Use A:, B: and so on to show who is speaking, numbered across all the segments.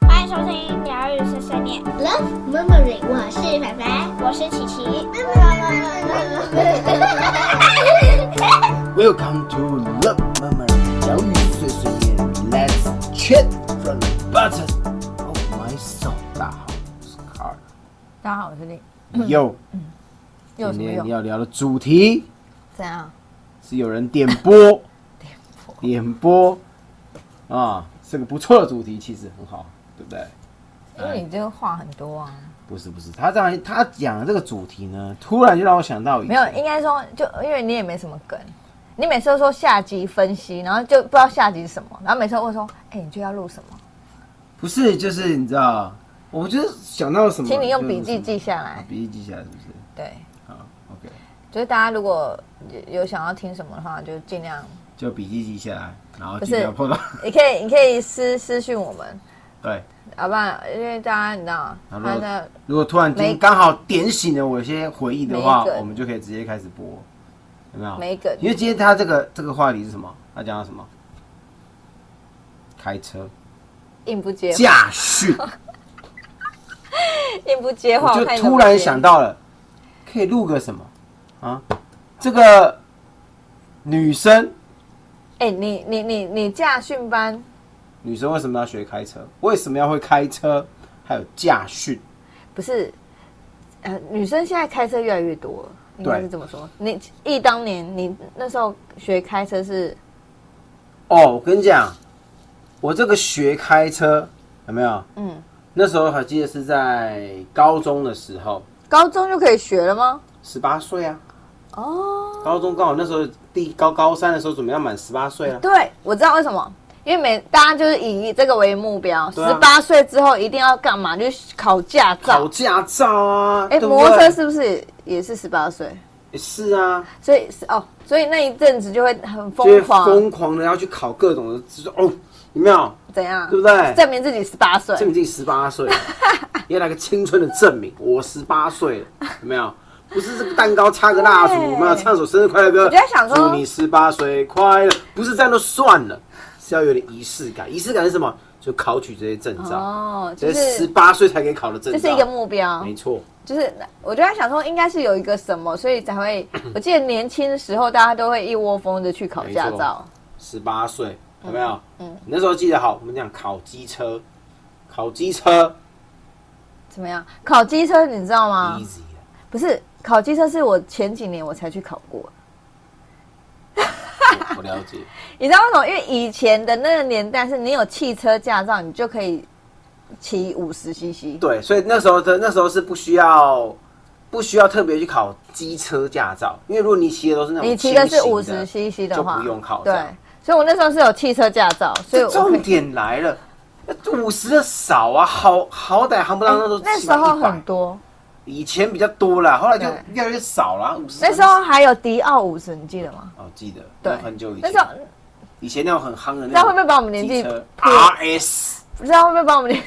A: 收听疗愈碎碎念，
B: Love Memory，我是凡凡。
A: 我是琪琪。
C: Welcome to Love Mama 疗愈碎碎念，Let's chat from the bottom of my soul。大家好，我是卡尔。
D: 大家好，我是丽。
C: 有，
D: 又嗯有什
C: 今
D: 么
C: 天
D: 用？
C: 要聊的主题
D: 怎样？
C: 是有人点播，点播，啊，是个不错的主题，其实很好，对不对？
D: 因
C: 哎
D: 为你这个话很多啊，
C: 不是不是，他这样他讲的这个主题呢，突然就让我想到以
D: 没有，
C: 前
D: 应该说就因为你也没什么梗，你每次都说下集分析，然后就不知道下集是什么，然后每次都会说，哎、你就要录什么，
C: 不是就是你知道，我就是想到什么，
D: 请你用
C: 就是
D: 笔记
C: 什么
D: 记下来
C: 啊笔记记下来是不是？
D: 对，
C: 好，OK，
D: 就是大家如果有有想要听什么的话，就 尽量，
C: 就笔记记下来，然后
D: 不
C: 记
D: 是
C: 得碰到。
D: 你可以你可以私私讯我们，
C: 对，
D: 好不然因为大家你知道，
C: 好
D: 他的
C: 如果突然
D: 每
C: 间刚好点醒了我一些回忆的话
D: 每一，个
C: 我们就可以直接开始播，有没有？
D: 每一个
C: 因为今天他这个这个话题是什么？他讲到什么？开车
D: 硬不接
C: 驾 训，
D: 硬不接
C: 我
D: 话，
C: 就
D: 看你怎么
C: 突然
D: 接
C: 想，到了，可以录个什么啊？这个女生，
D: 哎、你你你你驾训班
C: 女生为什么要学开车？为什么要会开车？还有驾训，
D: 不是，呃，女生现在开车越来越多了，应该
C: 对
D: 是这么说。你忆当年，你那时候学开车是
C: 哦，我跟你讲，我这个学开车有没有？
D: 嗯，
C: 那时候还记得是在高中的时候，
D: 高中就可以学了吗？
C: 十八岁啊，
D: 哦，
C: 高中刚好那时候第高高三的时候准备要满十八岁了。
D: 对，我知道为什么，因为每大家就是以这个为目标，
C: 对啊
D: 十八岁之后一定要干嘛？就是考驾
C: 考
D: 照。
C: 驾照啊！
D: 哎、
C: 对不
D: 摩托
C: 对
D: 车是不是也是十八岁？
C: 是啊，
D: 所以是哦，所以那一阵子就会很
C: 就
D: 疯
C: 是
D: 狂，
C: 疯狂的要去考各种的，就是哦，有没有？
D: 怎样？
C: 对不对
D: 证明自己十八岁。
C: 证明自己十八 岁，要来个青春的证明，我十八岁了，有没有？不是这个蛋糕插个蜡烛，
D: 对
C: 有没有？唱首生日快乐歌，
D: 我就在想说
C: 祝你十八岁快乐，不是这样就算了，是要有点仪式感。仪式感是什么？就考取这些证照。
D: 哦，
C: 这
D: 就是
C: 十
D: 是
C: 八岁才可以考的证
D: 这
C: 照，
D: 是一个啊目标。
C: 没错，
D: 就是我就在想说，应该是有一个什么，所以 才会。我记得年轻的时候，大家都会一窝蜂的去考驾照，
C: 十八岁有没有？
D: 嗯
C: 嗯，你那时候记得好，我们讲考机车，考机车
D: 怎么样？考机车你知道吗？
C: easy 了
D: 不是，考机车是我前几年我才去考过。
C: 啊我我了解，
D: 你知道为什么？因为以前的那个年代，是你有汽车驾照，你就可以骑五十 CC。
C: 对，所以那时候的那时候是不需要不需要特别去考机车驾照，因为如果你骑的都是那种
D: 你骑的
C: 轻
D: 是
C: 型
D: 五十 CC 的话，
C: 就不用考
D: 对
C: 照，
D: 所以我那时候是有汽车驾照，所以
C: 这
D: 我可以
C: 重点来了，五十的少啊，好好歹行不当中都
D: 哎那
C: 起
D: 时
C: 码
D: 候
C: 100
D: 很，多，
C: 以前比较多啦，后来就
D: 对
C: 越来越少啦。50
D: 那时候还有迪奥五十，你记得吗？
C: 哦，记得，
D: 对
C: 那，很久以前，
D: 那时候
C: 以前那种很夯的
D: 这
C: 那
D: 样
C: 种
D: 会不会把我们年纪
C: 机车
D: 破
C: RS
D: 不知道会不会把我们连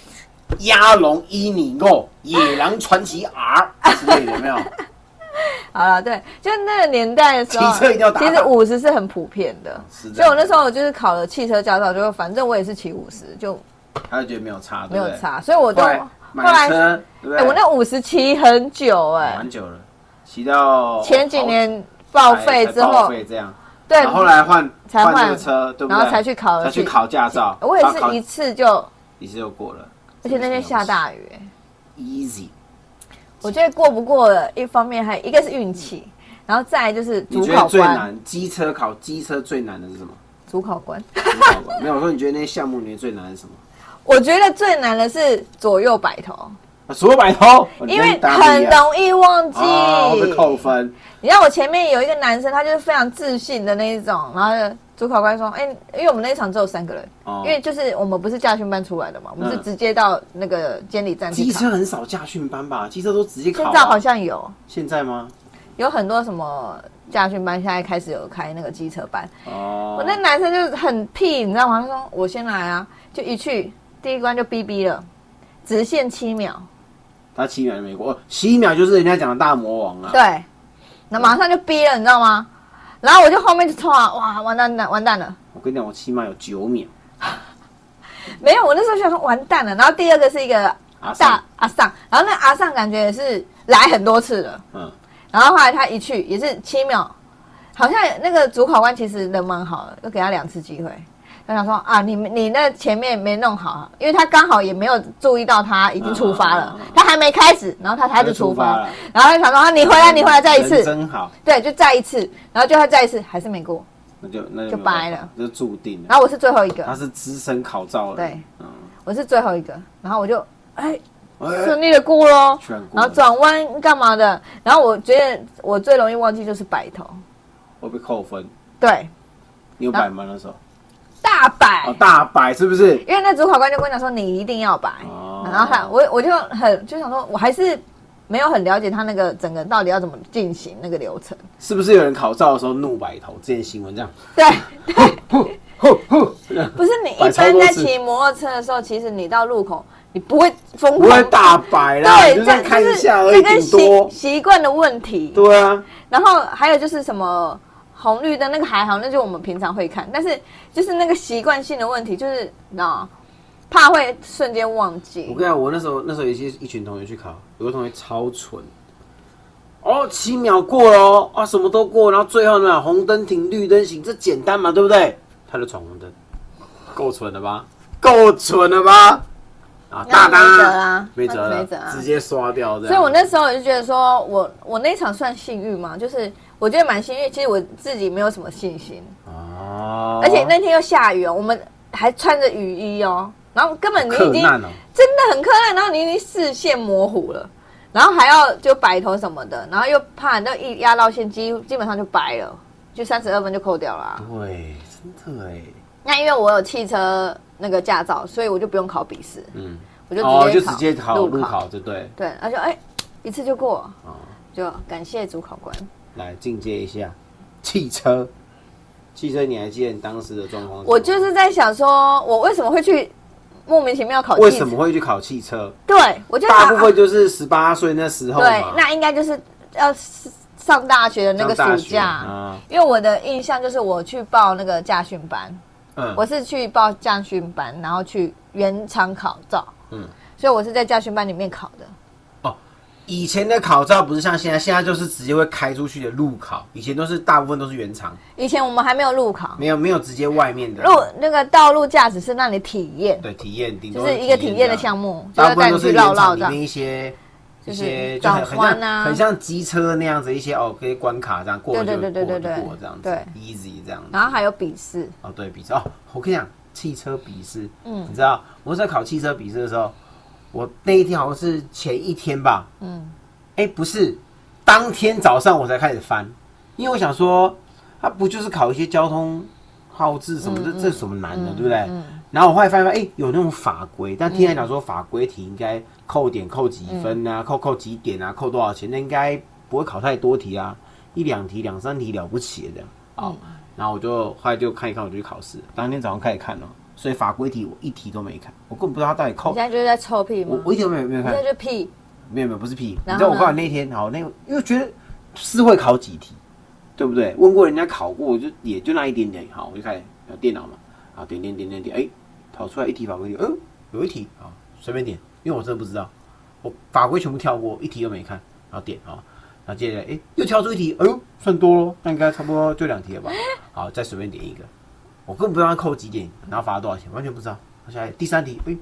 C: 鸭龙伊尼诺野狼传奇 R 之类的，有没 有？
D: 好了，对，就那个年代的时候，
C: 骑车一定要打
D: 其
C: 扮
D: 实五十是很普遍的，
C: 是的
D: 所以我那时候我就是考了汽车驾照，就反正我也是骑五十，就
C: 他就觉得没有差，
D: 没
C: 对不
D: 有
C: 对
D: 差，所以我都
C: 后来
D: 后
C: 买
D: 来，哎、
C: 车，对不对？
D: 我那五十骑很久哎、
C: 蛮久了，骑到
D: 前几年报废之
C: 才报
D: 后，
C: 废这样，
D: 对，
C: 然后后来换
D: 才换
C: 这个车，对不对？
D: 然后才去考
C: 才去考驾照，
D: 我也
C: 然后考
D: 是一次就，
C: 一次就过了，
D: 而且那天下大雨、哎
C: ，easy。
D: 我觉得过不过了，一方面还一个是运气，然后再来就是
C: 嗯你
D: 主
C: 觉
D: 考
C: 得最
D: 官，
C: 难机车考机车最难的是什么？
D: 主考官，
C: 主考官 没有，我说你觉得那些项目里面最难的是什么？
D: 我觉得最难的是左右摆头，
C: 啊左摆头，哦
D: 因为
C: 你跟大家不一
D: 很
C: 样
D: 容易忘记。
C: 啊，我被扣分。
D: 你知道我前面有一个男生，他就是非常自信的那一种，然后就主考官说：“哎、因为我们那一场只有三个人，
C: 哦
D: 因为就是我们不是驾训班出来的嘛，我们是
C: 嗯
D: 直接到那个监理站去
C: 机
D: 考。
C: 车很少驾训班吧？机车都直接考啊、
D: 现在好像有
C: 现在吗？
D: 有很多什么驾训班，现在开始有开那个机车班。
C: 哦，
D: 我那男生就是很屁，你知道吗？他说：“我先来啊！”就一去第一关就逼逼了，直线七秒，
C: 他七秒就没过，哦七秒就是人家讲的大魔王啊。
D: 对，那马上就逼了，你知道吗？然后我就后面就冲啊，哇，完蛋了，完蛋了！
C: 我跟你讲，我起码有九秒，
D: 没有，我那时候想说完蛋了。然后第二个是一个
C: 阿尚
D: 大阿尚，然后那阿尚感觉也是来很多次了，
C: 嗯，
D: 然后后来他一去也是七秒，好像那个主考官其实人蛮好的，又给他两次机会。他想说啊，你你那前面没弄好，啊因为他刚好也没有注意到他已经出发了，
C: 嗯嗯嗯嗯
D: 他还没开始，然后他他啊就出发，
C: 了。嗯
D: 然后他想说、啊、你回来，你回来再一
C: 人
D: 次，
C: 真好，
D: 对，就再一次，然后就他再一次还是没过，
C: 那就那
D: 就
C: 没有办
D: 掰
C: 法，就注定了。
D: 然后我是最后一个
C: 他，是资深考照了，
D: 对，
C: 嗯，
D: 我是最后一个，然后我就哎
C: 哎
D: 顺利的过喽，
C: 居然过了
D: 然后转弯干嘛的，然后我觉得我最容易忘记就是摆头，
C: 会被扣分。
D: 对，
C: 你有摆吗那时候？
D: 大摆。
C: 哦，大摆是不是？
D: 因为那主考官就跟我讲说你一定要摆，
C: 哦
D: 然后他我我就很就想说，我还是没有很了解他那个整个到底要怎么进行那个流程。
C: 是不是有人考照的时候怒摆头？之前新闻这样，
D: 对，
C: 呼呼呼，这样
D: 不是你
C: 摆
D: 一
C: 超
D: 般
C: 多
D: 在
C: 次
D: 骑摩托车的时候，其实你到路口你不会疯
C: 不会
D: 狂。
C: 大摆啦，
D: 对，
C: 你就
D: 这
C: 是
D: 就
C: 看一
D: 是
C: 下而
D: 这
C: 已，
D: 跟
C: 顶多
D: 习。习惯的问题。
C: 对啊，
D: 然后还有就是什么红绿灯那个还好，那就我们平常会看，但是就是那个习惯性的问题，就是你知道，怕会瞬间忘
C: 我
D: 记
C: 跟。你讲，我那时候那时候有一些一群同学去考，有个同学超蠢。哦，七秒过了哦，啊，什么都过，然后最后呢，红灯停，绿灯行，这简单嘛，对不对？他就闯红灯，够蠢了吧？够蠢了吧？啊，
D: 那
C: 大
D: 没辙
C: 大
D: 啦
C: 没辙
D: 那
C: 了，
D: 没辙啊
C: 直接刷掉这样。
D: 所以我那时候我就觉得说我，我那一场算幸运嘛，就是我觉得蛮幸运。其实我自己没有什么信心，
C: 哦，
D: 而且那天又下雨哦，我们还穿着雨衣哦，然后根本你
C: 克
D: 已经
C: 难哦，
D: 真的很磕烂，然后你已经视线模糊了，然后还要就摆头什么的，然后又怕那一压到线基基本上就白了，就三十二分就扣掉了啊、
C: 对，真的哎，
D: 那因为我有汽车那个驾照，所以我就不用考笔试，
C: 嗯，
D: 我
C: 哦，就
D: 就直接考、
C: 直接考路
D: 路考，
C: 考，对不对？
D: 对，而且哎一次就过，
C: 哦，
D: 就感谢主考官。
C: 来进阶一下汽车，汽车你还记得你当时的状况是什么？
D: 我就是在想说，我为什么会去莫名其妙考？
C: 为什么？会去考汽车？
D: 对，我就
C: 大
D: 想啊
C: 部分哦就是十八岁那时候嘛
D: 对，那应该就是要上大学的那个
C: 上大
D: 暑
C: 学
D: 假，
C: 啊
D: 因为我的印象就是我去报那个驾训班，
C: 嗯，
D: 我是去报驾训班，然后去原厂考照，
C: 嗯
D: 嗯，所以我是在驾训班里面考的。
C: 以前的考照不是像现在，现在就是直接会开出去的路考，以前都是大部分都是原厂，
D: 以前我们还没有路考，
C: 没有没有直接外面的
D: 路那个道路驾驶是让你体验，
C: 对体验，顶
D: 就
C: 多
D: 是一个体验的项
C: 目，
D: 目，就
C: 大
D: 是
C: 部分都
D: 带你
C: 是
D: 去
C: 原
D: 绕绕
C: 厂里
D: 这样
C: 面。一些。一
D: 就是
C: 些就很很
D: 转弯
C: 像
D: 啊
C: 很像机车那样子一些哦，可以关卡这样过了就
D: 对对对
C: 过了
D: 对对
C: 就
D: 对
C: 过这样子
D: 对
C: ，easy 这样子。
D: 然后还有笔试，
C: 哦，对，笔试哦，我跟你讲，汽车笔试，
D: 嗯
C: 你知道我在考汽车笔试的时候，我那一天好像是前一天吧，
D: 嗯，
C: 哎，不是，当天早上我才开始翻，因为我想说，它不就是考一些交通号志什么的，这什么难的，对不对？然后我后来发现，哎，有那种法规，但听人讲说法规题应该扣点扣几分啊，扣扣几点啊，扣多少钱，那应该不会考太多题啊，一两题、两三题了不起的这样。好，然后我就后来就看一看，我就去考试了，当天早上开始看了，哦所以法规题我一题都没看，我根本不知道它到底
D: 你
C: 扣
D: 现，在就是在臭屁吗
C: 哦我？我一题都没有没有
D: 你
C: 看
D: 现在。就屁，
C: 没有没有，不是屁。你
D: 然后呢
C: 知道我告诉你那天，好，那个因为觉得是会考几题，对不对？问过人家考过，我就也就那一点点。好，我就开始呃电脑嘛，啊，点点点点点，哎、跑出来一题法规题，哎、有一题，好，随便点，因为我真的不知道，我法规全部跳过，一题都没看，然后点啊，好然后接着哎、又跳出一题，哎呦，算多咯，那应该差不多就两题了 吧？好，再随便点一个，我根本不知道它扣几点，然后罚多少钱，完全不知道。接下来第三题，哎、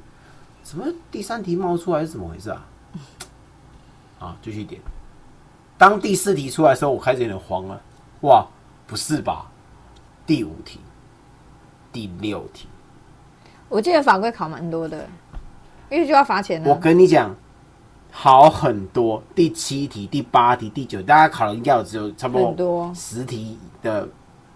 C: 怎么第三题冒出来是怎么回事啊？啊，继续点。当第四题出来的时候，我开始有点慌了。哇，不是吧？第五题、第六题，
D: 我记得法规考蛮多的，因为就要罚钱啊
C: 我
D: 了。
C: 跟你讲，好很多。第七题、第八题、第九，大家考了应该有只有差不
D: 很
C: 多
D: 多
C: 十题的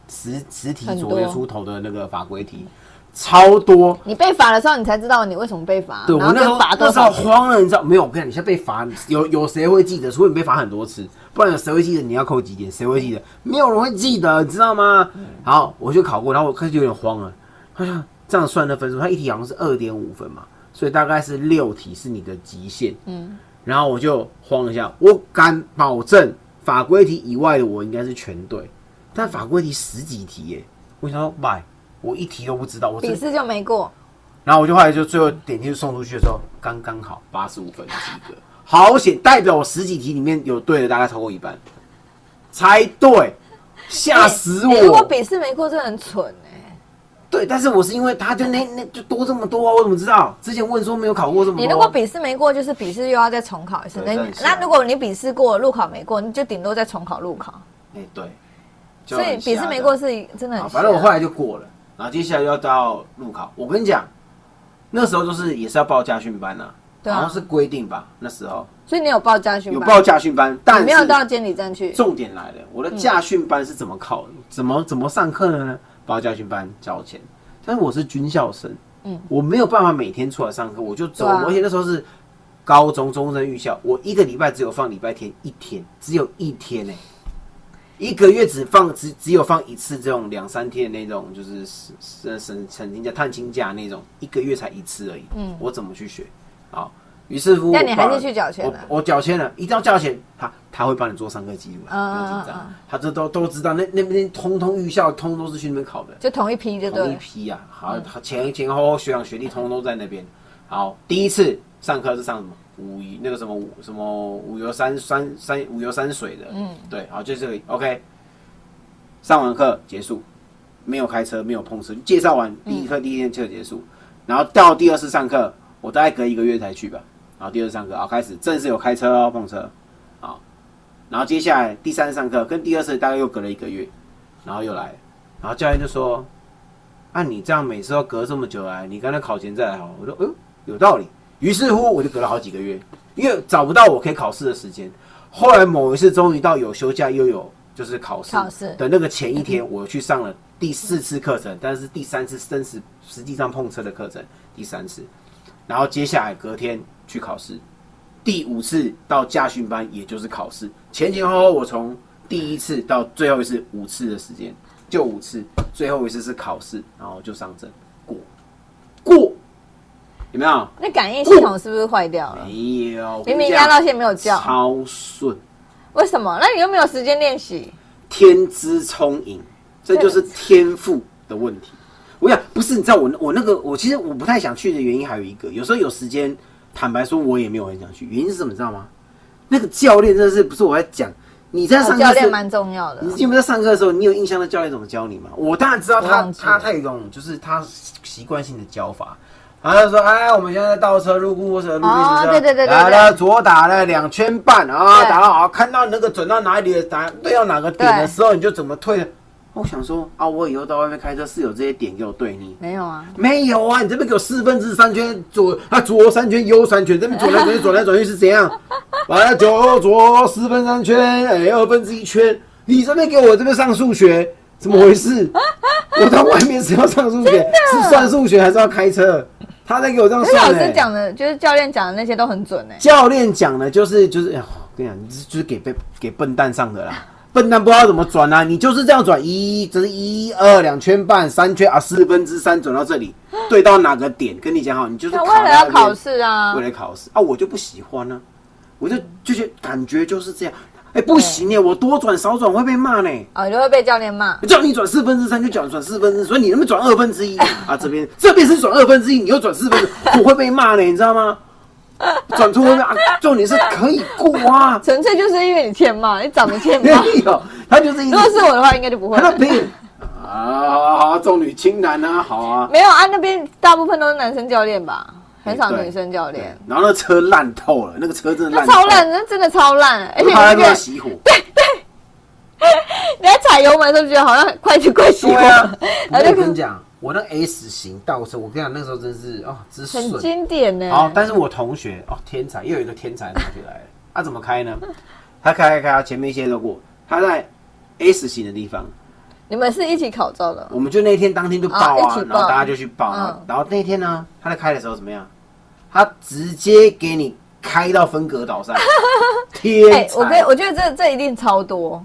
C: 十十题
D: 很多
C: 左右出头的那个法规题，超多。
D: 你被罚的时候，你才知道你为什么被罚，啊
C: 对
D: 然
C: 我
D: 后
C: 那时候
D: 就罚
C: 那
D: 多
C: 时候
D: 少钱。
C: 慌了，你知道没有？我跟你讲，你现在被罚，有有谁会记得？除非你被罚很多次，不然有谁会记得你要扣几点？谁会记得？没有人会记得，你知道吗？好，我就考过，然后我开始有点慌了。好像这样算的分数，它一题好像是二点五分嘛，所以大概是六题是你的极限。
D: 嗯，
C: 然后我就慌了一下，我敢保证法规题以外的我应该是全对，但法规题十几题耶，我想说，买我一题都不知道，我真
D: 笔
C: 的
D: 试就没过，
C: 然后我就后来就最后点进去送出去的时候，刚刚好八十五分及格，好险！代表我十几题里面有对的，大概超过一半，猜对，吓死
D: 欸如
C: 我！
D: 果笔试没过，真的很蠢哎、
C: 对，但是我是因为他就那那就多这么多啊，我怎么知道？之前问说没有考过这么多，啊
D: 你如果笔试没过，就是笔试又要再重考一次。
C: 对
D: 那
C: 但是啊
D: 那如果你笔试过，路考没过，你就顶多再重考路考。
C: 哎、对，就
D: 所以
C: 很
D: 笔
C: 瞎
D: 试
C: 的
D: 没过是真的
C: 好
D: 很。
C: 反正我后来就过了，然后接下来就要到路考。我跟你讲，那时候就是也是要报家训班啊，
D: 对啊
C: 好像是规定吧，那时候
D: 所以你有报家训
C: 有
D: 班，
C: 报家训班，但
D: 你
C: 啊是
D: 没有到监理站去。
C: 重点来了，我的驾训班是怎么
D: 嗯
C: 考，怎么怎么上课的呢？报驾训班交钱，但是我是军校生，
D: 嗯
C: 我没有办法每天出来上课，我就走。
D: 对啊
C: 而且那时候是高中终身预校，我一个礼拜只有放礼拜天一天，只有一天呢、一个月只放只只有放一次这种两三天的那种，就是省省省亲假、探亲假那种，一个月才一次而已。
D: 嗯
C: 我怎么去学？好，于是乎我报
D: 但
C: 了，
D: 你还是去缴钱啊了
C: 我我缴钱了，一定要缴钱，他他会帮你做上课记录啦，
D: 嗯
C: 不要紧
D: 嗯嗯
C: 张，他这都都知道，那那边通通预校，通都是去那边考的。
D: 就同一批就对
C: 同一
D: 了，
C: 批啊，好前前后后学长学弟通通都在那边。好，第一次上课是上什么五一那个什么五什么五游山山山五游山水的，嗯，对，好就这个 OK。上完课结束，没有开车，没有碰车，介绍完第一课第一天就结束，然后到第二次上课，我大概隔一个月才去吧。然后第二次上课，好开始正式有开车哦，碰车，好，然后接下来第三次上课跟第二次大概又隔了一个月，然后又来了，然后教练就说：“啊，你这样每次都隔这么久来，你刚才考前再来好了。”我说：“哎、呦，有道理。”于是乎，我就隔了好几个月，因为找不到我可以考试的时间。后来某一次，终于到有休假又有就是考试
D: 考试
C: 的那个前一天，我去上了第四次课程，但是第三次真实实际上碰车的课程，第三次，然后接下来隔天去考试，第五次到驾训班，也就是考试，前前后后我从第一次到最后一次五次的时间，就五次，最后一次是考试，然后就上阵过过，有没有？
D: 那感应系统是不是坏掉了？
C: 没有，
D: 明明压到现在没有叫，
C: 超顺，哦
D: 为什么？那你又没有时间练习，
C: 天资聪颖，这就是天赋的问题。我想不是，你知道我我那个我其实我不太想去的原因还有一个，有时候有时间，坦白说我也没有很想去，原因是什么你知道吗？那个教练真的是不是我在讲，你在上
D: 哦
C: 课
D: 教
C: 是
D: 练蛮重要的
C: 你。记不记得上课的时候，你有印象那教练怎么教你吗？我当然知道
D: 我
C: 他
D: 忘记了
C: 他他有一种就是他习惯性的教法，然后他说：“哎，我们现在倒车入库或者路边停车，
D: 哦对对对对
C: 来
D: 对
C: 了左打了两圈半啊，
D: 对
C: 打到好，看到那个准到哪里的打对到哪个点的时候，你就怎么退。”我想说啊，我以后到外面开车是有这些点给我对你。
D: 没有啊，
C: 没有啊，你这边给我四分之三圈左，啊左三圈，右三圈，这边左来左去，左来左去是怎样？完了九左四分三圈，哎二分之一圈，你这边给我这边上数学，怎么回 事？我到外面是要上数学，是算数学还是要开车？他在给我这样
D: 可是
C: 算、
D: 老
C: 欸。
D: 师讲的，就是教练讲的那些都很准哎、
C: 教练讲的就是就是，哎呀我跟你讲，你就是给被给笨蛋上的啦。 笨蛋不知道怎么转啊，你就是这样转一，这是一二两圈半三圈啊，四分之三转到 这里，对到哪个点？跟你讲好，你就是
D: 那
C: 卡
D: 为了
C: 在那
D: 要
C: 边
D: 考，试啊
C: 为，了考试啊，我就不喜欢呢、我就就是感觉就是这样，哎、不行耶，我多转少转会被骂呢。
D: 哦，就会被教练骂。，
C: 叫你转四分之三就叫你转四分之，所以你能不能转二分之一啊？这边这边是转二分之一，你又转四分之，我会被骂呢，你知道吗？转错会被骂，啊重点是可以过啊
D: 纯粹就是因为你欠骂，你长得欠
C: 没
D: 骂。
C: 有，他就是一
D: 如
C: 直
D: 果是我的话，应该就不会
C: 他
D: 了
C: 那。边啊，重女轻男啊，好啊，
D: 没有啊，那边大部分都是男生教练吧，很少
C: 哎对
D: 女生教
C: 对
D: 练。，
C: 然后那车烂透了，那个车真的
D: 那
C: 烂透了，
D: 超烂，那真的超烂，欸而且
C: 我
D: 你
C: 怕它
D: 那
C: 乱
D: 个
C: 熄火，
D: 你在踩油门的时候觉得好像快去快熄
C: 对
D: 火呃
C: 啊
D: 了，，
C: 我
D: 然后就
C: 跟你讲，我那 S 型倒车，我跟你讲那时候真是哦，之
D: 很
C: 损。
D: 经典呢。
C: 好，但是我同学哦，天才又有一个天才同学来了，他、怎么开呢？他开开开，他前面一些都过，他在 S 型的地方，
D: 你们是一起考照的，哦
C: 我们就那天当天就报
D: 哦一
C: 啊，
D: 起
C: 然
D: 报
C: 后大家就去报，啊然后
D: 嗯
C: 然后那天呢，他在开的时候怎么样？他直接给你开到分隔 岛上，
D: 哎
C: 天，才，
D: 我跟我觉得这这一定超多，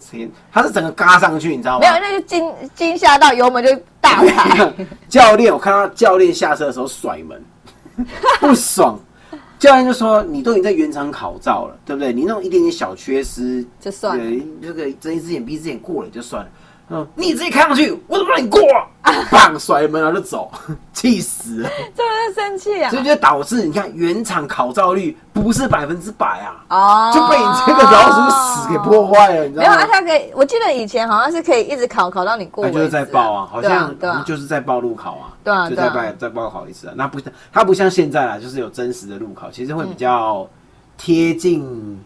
C: 天，他是整个嘎上去，你知道吗？
D: 没有那就惊惊吓到油门就大
C: 啊
D: 踩，
C: 教练，我看到教练下车的时候甩门， 不爽。教练就说：“你都已经在原厂考照了，对不对？你那种一点点小缺失，
D: 就算了
C: 对，这个睁一只眼闭一只眼过了也就算了。嗯，你自己开上去，我怎么让 你过、啊？棒，甩门然后就走，气死 了。
D: 这么生气啊
C: 所？以就导致你看原厂考照率不是百分之百啊，
D: 哦
C: 就被你这个老鼠屎给破坏了，你知
D: 没有
C: 道
D: 啊，
C: 吗？
D: 他可以，我记得以前好像是可以一直考考到你过
C: 他
D: 为止、
C: 就是在报啊，好像
D: 对啊，对
C: 就是在报路考啊，
D: 对啊
C: 就
D: 对
C: 在
D: 啊
C: 报再报考一次啊。那不是它不像现在啊，就是有真实的路考，其实会
D: 嗯
C: 比较贴近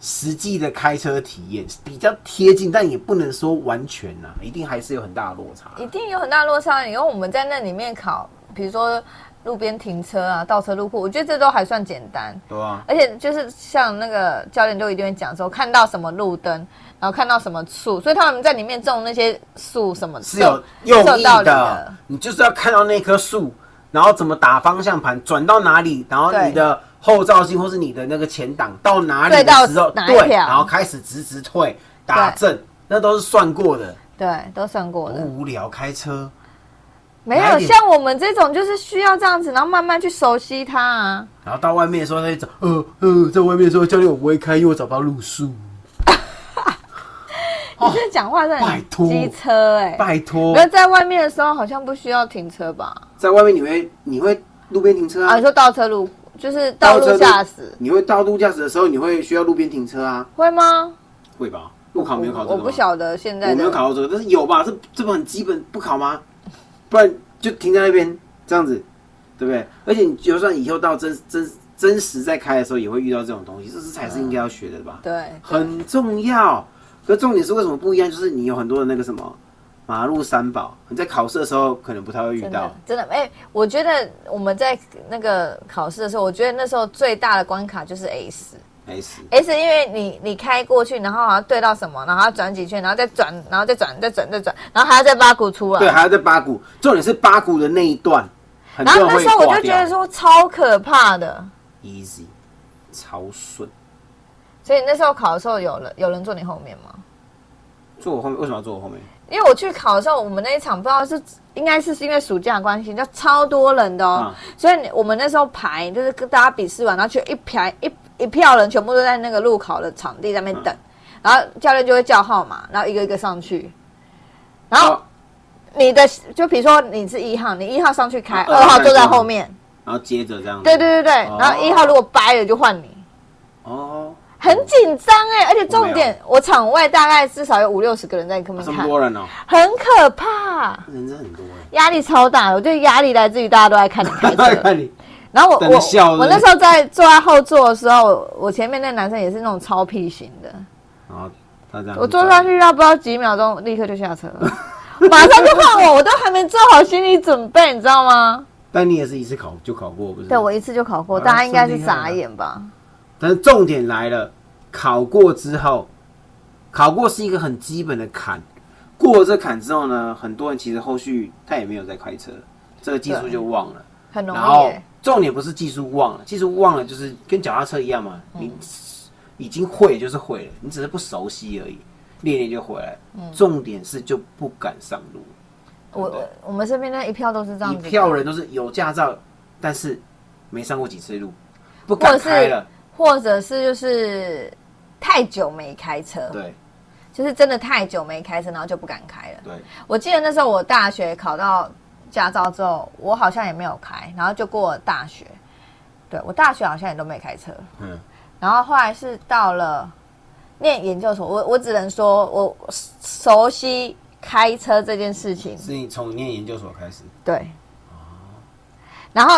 C: 实际的开车体验，比较贴近，但也不能说完全啊，一定还是有很大的落差。啊
D: 一定有很大落差。因为我们在那里面考，比如说路边停车啊、倒车入库，我觉得这都还算简单。
C: 对啊，
D: 而且就是像那个教练都一定会讲说，看到什么路灯，然后看到什么树，所以他们在里面种那些树什么
C: 是有用
D: 是有
C: 意的，
D: 道理的
C: 你就是要看到那棵树，然后怎么打方向盘，转到哪里，然后
D: 对
C: 你的后照镜或是你的那个前挡到哪里
D: 对
C: 的
D: 到
C: 时候，
D: 哪一
C: 对，
D: 条
C: 然后开始直直退打
D: 对
C: 正，那都是算过的。
D: 对，都算过的。
C: 无聊开车，
D: 没
C: 哪
D: 有
C: 一点
D: 像我们这种就是需要这样子，然后慢慢去熟悉它啊。
C: 然后到外面的时候他就走，呃呃，在外面的时候教练我不会开，因为我找不到路数。
D: 你这讲话是
C: 哦拜
D: 很
C: 托
D: 机车哎、欸。
C: 拜托
D: 没，有在外面的时候好像不需要停车吧？
C: 在外面你会你会路边停车
D: 啊，
C: 啊
D: 你，说倒车入就是道
C: 倒车
D: 路
C: 入
D: 驾驶
C: 你会道路驾驶的时候你会需要路边停车啊，
D: 会吗？
C: 会吧？路哦考没有考这啊个
D: 我我
C: 吗
D: 不晓得现在
C: 我没有
D: 的
C: 考到这个，但是有吧？这这不很基本不考吗？不然就停在那边这样子，对不对？而且你就算以后到真真真实在开的时候，也会遇到这种东西，这是才是应该要学的吧？
D: 对
C: 很重要。可重点是为什么不一样？就是你有很多的那个什么马路三宝，你在考试的时候可能不太会遇
D: 真
C: 到
D: 的。真的哎、我觉得我们在那个考试的时候，我觉得那时候最大的关卡就是 S
C: S
D: S，因为你你开过去，然后好像对到什么，然后要转几圈，然后再转，然后再转，再转，再转，然后还要再八股出来。
C: 对，还要在八股，重点是八股的那一段，很
D: 然
C: 多
D: 后
C: 人会
D: 那时候我
C: 挂
D: 就觉
C: 掉
D: 得说超可怕的，
C: easy 超顺。
D: 所以那时候考的时候有人有人坐你后面吗？
C: 坐我后面为什么要坐我后面？
D: 因为我去考的时候，我们那一场不知道是应该是是因为暑假的关系，就超多人的哦，
C: 啊
D: 所以你我们那时候排就是跟大家比试完，然后就一排一一票人全部都在那个路考的场地上面等，
C: 嗯
D: 然后教练就会叫号码，然后一个一个上去，然
C: 哦
D: 后你的就比如说你是一号，你一号上去开，
C: 嗯
D: 二号坐在后面，
C: 然后接着这样子。
D: 对对对对，
C: 哦
D: 然后一号如果掰了就换你，
C: 哦，
D: 很紧张哎，而且
C: 我没
D: 重
C: 有
D: 点我场外大概至少有五六十个人在跟我
C: 这
D: 们
C: 么
D: 看，
C: 多人哦，
D: 很可怕。
C: 人真的很多哎。
D: 压力超大的，我觉得压力来自于大家都在看你开 车。
C: 你，
D: 然后我
C: 等着笑是
D: 我
C: 不
D: 我
C: 是
D: 那时候在坐在后座的时候，我我前面那男生也是那种超屁型的，
C: 然后哦他这样，
D: 我坐上，去他不知道几秒钟，立刻就下车了，马上就换我，我都还没做好心理准备，你知道吗？
C: 但你也是一次考就考过不是？
D: 对我一次就考过，
C: 哇
D: 大家应该是
C: 算厉害
D: 傻
C: 了
D: 眼吧？
C: 但是重点来了，考过之后，考过是一个很基本的坎，过了这坎之后呢，很多人其实后续他也没有再开车，这个技术就忘了。
D: 很容
C: 然
D: 易、
C: 后
D: 欸，
C: 重点不是技术忘了，技术忘了就是跟脚踏车一样嘛，
D: 嗯
C: 你已经会就是会了，你只是不熟悉而已，练练就回来。
D: 嗯
C: 重点是就不敢上路。
D: 我我我们身边那一票都是这样
C: 一
D: 子的，
C: 票人都是有驾照，但是没上过几次路，不
D: 或
C: 敢
D: 者
C: 开
D: 是
C: 了。
D: 或者是就是太久没开车，
C: 对
D: 就是呃真的太久没开车，然后就不敢开了。
C: 对，
D: 我记得那时候我大学考到驾照之后，我好像也没有开，然后就过了大学。对我大学好像也都没开车，
C: 嗯，
D: 然后后来是到了念研究所，我我只能说我熟悉开车这件事情，
C: 是你从念研究所开始，
D: 对。然后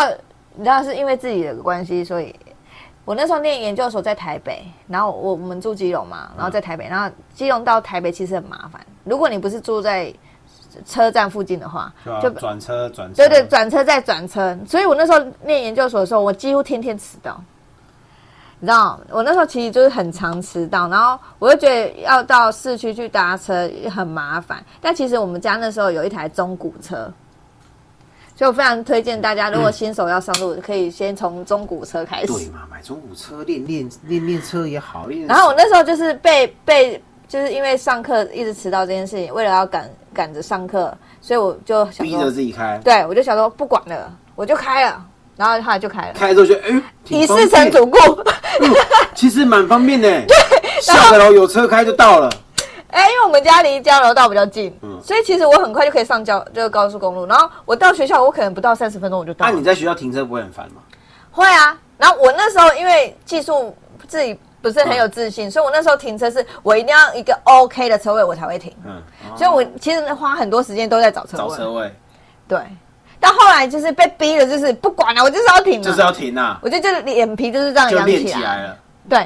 D: 你知道是因为自己的关系，所以我那时候念研究所在台北，然后我我们住基隆嘛，然后在台北，然后基隆到台北其实很麻烦，如果你不是住在车站附近的话，
C: 就要
D: 就
C: 转车转车，
D: 对对，转车再转车，所以我那时候念研究所的时候，我几乎天天迟到。你知道，我那时候其实就是很常迟到，然后我就觉得要到市区去搭车很麻烦。但其实我们家那时候有一台中古车，所以我非常推荐大家，如果新手要上路，可以先从中古车开
C: 对
D: 始。
C: 嘛，买中古车练练练练车也好，练
D: 然后我那时候就是被被，就是因为上课一直迟到这件事情，为了要赶赶着上课，所以我就想
C: 逼
D: 说
C: 着自己开，
D: 对，我就想说不管了，我就开了，然后后来就开了，
C: 开了之后觉得哎，挺
D: 一
C: 方
D: 事成
C: 便，
D: 主顾。
C: 其实蛮方便的，下个楼有车开就到了，
D: 哎、因为我们家离交流道比较近，
C: 嗯
D: 所以其实我很快就可以上交这个高速公路。然后我到学校，我可能不到三十分钟我就到
C: 那、
D: 了。
C: 啊你在学校停车不会很烦吗？
D: 会啊，然后我那时候因为技术自己不是很有自信，所以我那时候停车是我一定要一个 OK 的车位我才会停，
C: 嗯，哦
D: 所以我其实花很多时间都在找车
C: 找
D: 位。
C: 车位
D: 对，但后来就是被逼的，就是不管了、我就是要停、啊，
C: 就是要停啊，
D: 我就就是脸皮就是这样
C: 就
D: 扬
C: 练
D: 起
C: 起
D: 来，
C: 来了。
D: 对，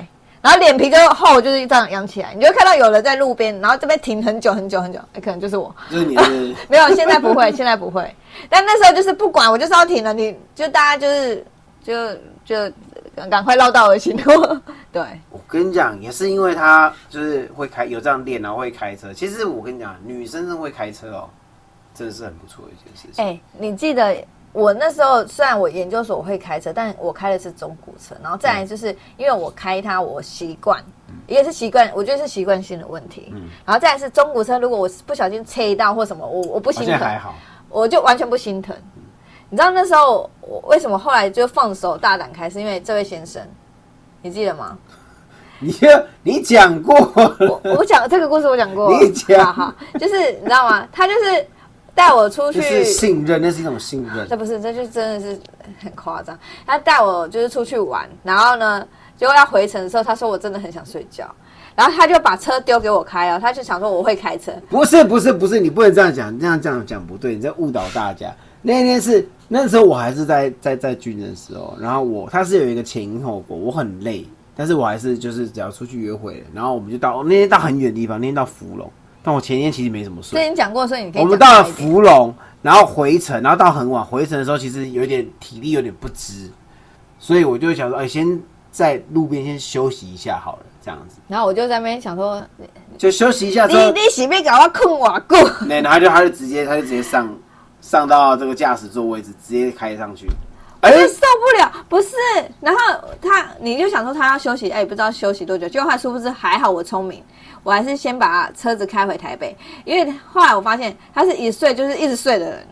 D: 然后脸皮就厚，就是这样扬起来，你就会看到有人在路边，然后这边停很久很久很久，哎可能就是我，
C: 就是你 的
D: 没有，现在不会，现在不会，但那时候就是不管，我就是要停了，你就大家就是就就赶赶快绕道而行， 对，
C: 我跟你讲，也是因为他就是会开，有这样练，然啊后会开车。其实我跟你讲，女生是会开车哦，真的是很不错的一件事情。
D: 哎、你记得我那时候虽然我研究所会开车，但我开的是中古车，然后再来就是因为我开它，我习惯，一个是习惯，我觉得是习惯性的问题，
C: 嗯
D: 然后再来是中古车，如果我不小心切到或什么，我我不
C: 好
D: 心
C: 像
D: 疼
C: 还，好，
D: 我就完全不心疼。你知道那时候我为什么后来就放手大胆开，是因为这位先生，你记得 吗？
C: 你你讲过
D: 我我讲这个故事我讲过，
C: 你 讲
D: 好好，就是你知道吗？他就是带我出去，
C: 就是信任，那是一种信任
D: 这。不是，这就真的是很夸张。他带我就是出去玩，然后呢，结果要回程的时候，他说我真的很想睡觉，然后他就把车丢给我开哦了，他就想说我会开车，
C: 不是不是不是，你不能这样讲，这样这样讲不对，你在误导大家。那天是那时候我还是在在在军人的时候，然后我他是有一个前因后果，我很累，但是我还是就是只要出去约会了，然后我们就到那天到很远的地方，那天到芙蓉，但我前天其实没怎么睡
D: 所以，你讲过，所以你可以
C: 我们
D: 讲
C: 到了
D: 快一点
C: 芙蓉，然后回程，然后到很晚，回程的时候其实有点体力有点不支，所以我就想说，哎、先在路边先休息一下好了，这样子
D: 然后我就在那边想说，
C: 就休息一下之
D: 你
C: 后，
D: 你洗面搞我困我过，
C: 那然后就他就直接他就直接上上到这个驾驶座位置，直接开上去。
D: 我
C: 哎、
D: 就受不了，不是，然后他你就想说他要休息，哎、不知道休息多久，结果他殊不知还好我聪明。我还是先把车子开回台北，因为后来我发现他是一睡就是一直睡的人，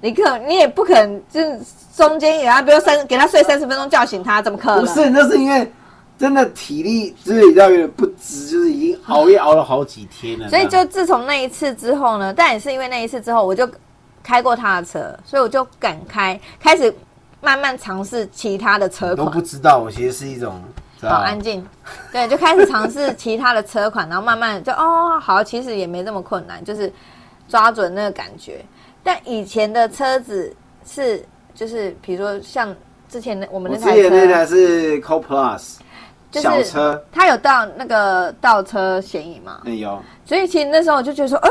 D: 你可你也不可能就是中间给他，比如三给他睡三十分钟叫醒他，怎么可能？
C: 不是，那是因为真的体力就是你知道有点不支，就是已经熬夜熬了好几天了。
D: 所以
C: 这样
D: 就自从那一次之后呢，但也是因为那一次之后，我就开过他的车，所以我就敢开，开始慢慢尝试其他的车
C: 我都
D: 款
C: 不。知道，我其实是一种知道
D: 好安静， 对，就开始尝试其他的车款，然后慢慢就哦，好，其实也没这么困难，就是抓准那个感觉。但以前的车子是，就是比如说像之前的我们
C: 我
D: 那
C: 之
D: 台
C: 前那
D: 车，
C: 台是 Co Plus
D: 就是
C: 小车，
D: 它有到那个倒车嫌疑嘛，
C: 那有，
D: 所以其实那时候我就觉得说，呃，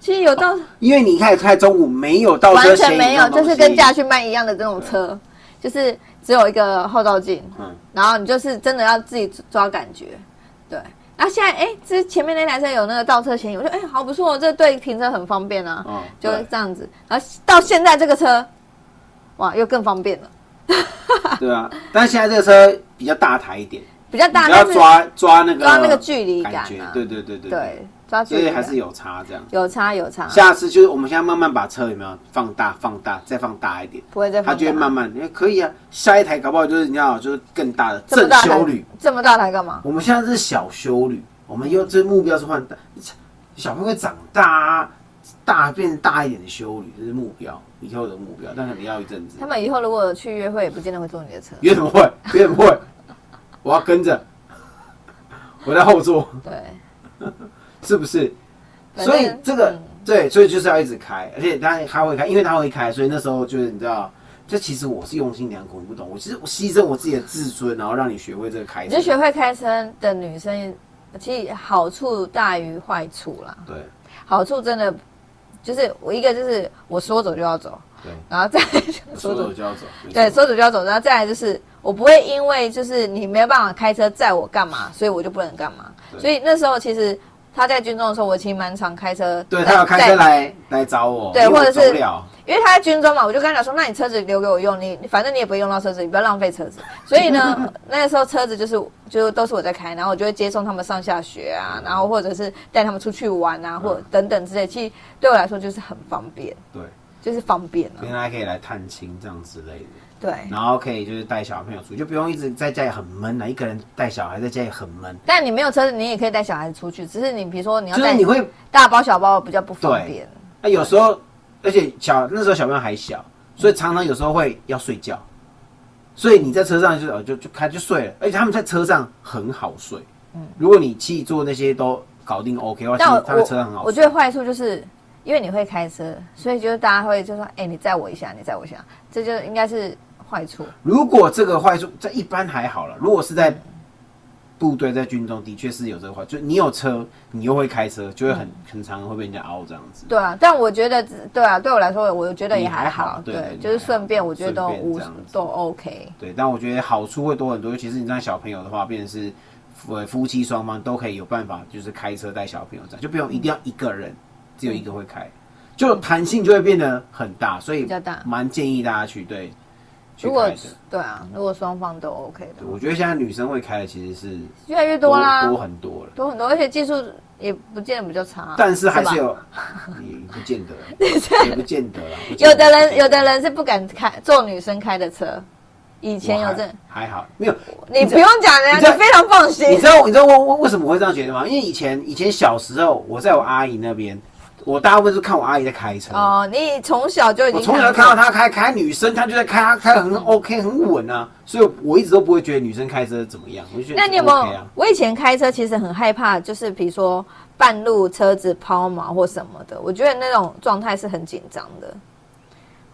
D: 其实有倒，
C: 因为你一开始开中午没有倒车
D: 完
C: 嫌
D: 全
C: 疑
D: 没
C: 这
D: 有，
C: 种东
D: 就
C: 西
D: 是跟驾训班一样的这种车，就是只有一个后照镜，
C: 嗯，
D: 然后你就是真的要自己抓感觉，对。然后现在哎，这前面那台车有那个倒车嫌疑，我说哎，好不错，这对停车很方便啊，
C: 哦
D: 就
C: 对
D: 这样子。然后到现在这个车，哇，又更方便了，
C: 对啊。但现在这个车比较大台一点，
D: 比较大，
C: 你只要
D: 但是
C: 抓抓那个
D: 抓那个距离感
C: 感
D: 啊
C: 觉，对对对对
D: 对，抓距
C: 所以
D: 离
C: 还是
D: 有
C: 有差这样。
D: 有差有差，
C: 下次就是我们现在慢慢把车有没有放大、放大、再放大一点，
D: 不会再
C: 它
D: 放
C: 就会
D: 大。
C: 慢慢，哎，可以啊。下一台搞不好就是你知道，就是更大的
D: 这么
C: 正
D: 大
C: 修
D: 台
C: 旅。
D: 这么大台干嘛？
C: 我们现在是小修旅，我们又这目标是换大，小朋友会长大，大变大一点的修旅，这是目标，以后的目标，但可能要一阵子
D: 他。们以后如果去约会，也不见得会坐你的车。
C: 约什么会？约什么会？我要跟着，我在后座，
D: 对，
C: 是不是？
D: 反正
C: 所以这个
D: 嗯
C: 对，所以就是要一直开，而且他他会开，因为他会开，所以那时候就是你知道，这其实我是用心良苦，你不懂，我其实我牺牲我自己的自尊，然后让你学会这个开
D: 你
C: 车
D: 就。学会开车的女生，其实好处大于坏处啦。
C: 对
D: 好处真的就是我一个就是我说走就要走，
C: 对，
D: 然后再
C: 说
D: 说
C: 走
D: 走
C: 就要走，没错
D: 对说走就要走，然后再来就是我不会因为就是你没有办法开车载我干嘛，所以我就不能干嘛。
C: 对
D: 所以那时候其实他在军中的时候，我其实蛮常开车，
C: 对他要开车，来来找我，
D: 对
C: 因为我
D: 或者是
C: 走不了，
D: 因为他在军中嘛，我就跟他讲说，那你车子留给我用，你你反正你也不会用到车子，你不要浪费车子。所 以呢，那时候车子就是就都是我在开，然后我就会接送他们上下学啊，然后或者是带他们出去玩啊，
C: 嗯
D: 或者等等之类。其实对我来说就是很方便，
C: 对，
D: 就是方便啊。
C: 原来可以来探亲这样之类的，
D: 对，
C: 然后可以就是带小朋友出去，就不用一直在家里很闷啊了、一个人带小孩在家里很闷，
D: 但你没有车子，你也可以带小孩子出去，只是你比如说你要
C: 就是
D: 带
C: 你会
D: 大包小包比较不方便。
C: 那啊有时候，而且小那时候小朋友还小，所以常常有时候会要睡觉，所以你在车上就哦就就开就睡了，而且他们在车上很好睡。如果你气坐那些都搞定 OK 的话，其
D: 嗯但
C: 实
D: 我
C: 他们车上很好睡。
D: 我我觉得坏处就是因为你会开车，所以就是大家会就说，哎、你载我一下，你载我一下，这就应该是坏处。
C: 如果这个坏处在一般还好了，如果是
D: 嗯
C: 在部队在军中，的确是有这个坏，就你有车，你又会开车，就会很、
D: 嗯
C: 很常会被人家凹这样子。
D: 对啊，但我觉得对啊，对我来说，我觉得也
C: 你还
D: 还
C: 好
D: 好，
C: 对对
D: 就
C: 你还
D: 是
C: 好
D: 顺便，我觉得都
C: 顺便
D: 无
C: 这样子
D: 都 OK。
C: 对，但我觉得好处会多很多，尤其是你让小朋友的话，变成是呃夫妻双方都可以有办法，就是开车带小朋友这样，就不用一定要一个人，只有一个会开，就弹性就会变得很大，所以
D: 比较大
C: 蛮建议大家去对去
D: 如果
C: 开的。
D: 对啊，如果双方都 OK 的
C: 对，我觉得现在女生会开的其实是
D: 越来越多啦，
C: 多很多了，
D: 多很多，而且技术也不见得比较差，
C: 但是还
D: 吧
C: 是有， 也不见 得，也不见得啦。不见得
D: 有的人，有
C: 不见得
D: 的人是不敢开坐女生开的车，以前有这，
C: 我还还好，没有
D: 你
C: 你这
D: 不用讲人
C: 你这
D: 家就非常放
C: 你
D: 心
C: 知。道你知道为为为什么我会这样觉得吗？因为以前以前小时候，我在我阿姨那边，我大部分是看我阿姨在开车。
D: 哦，你从小就已
C: 我
D: 经
C: 从小就看到她开开女生，她就在开，她开得很 OK 很稳啊，所以我一直都不会觉得女生开车怎么样，我就觉得
D: 那你有没
C: OK
D: 有？
C: 啊。
D: 我以前开车其实很害怕，就是比如说半路车子抛锚或什么的，我觉得那种状态是很紧张的。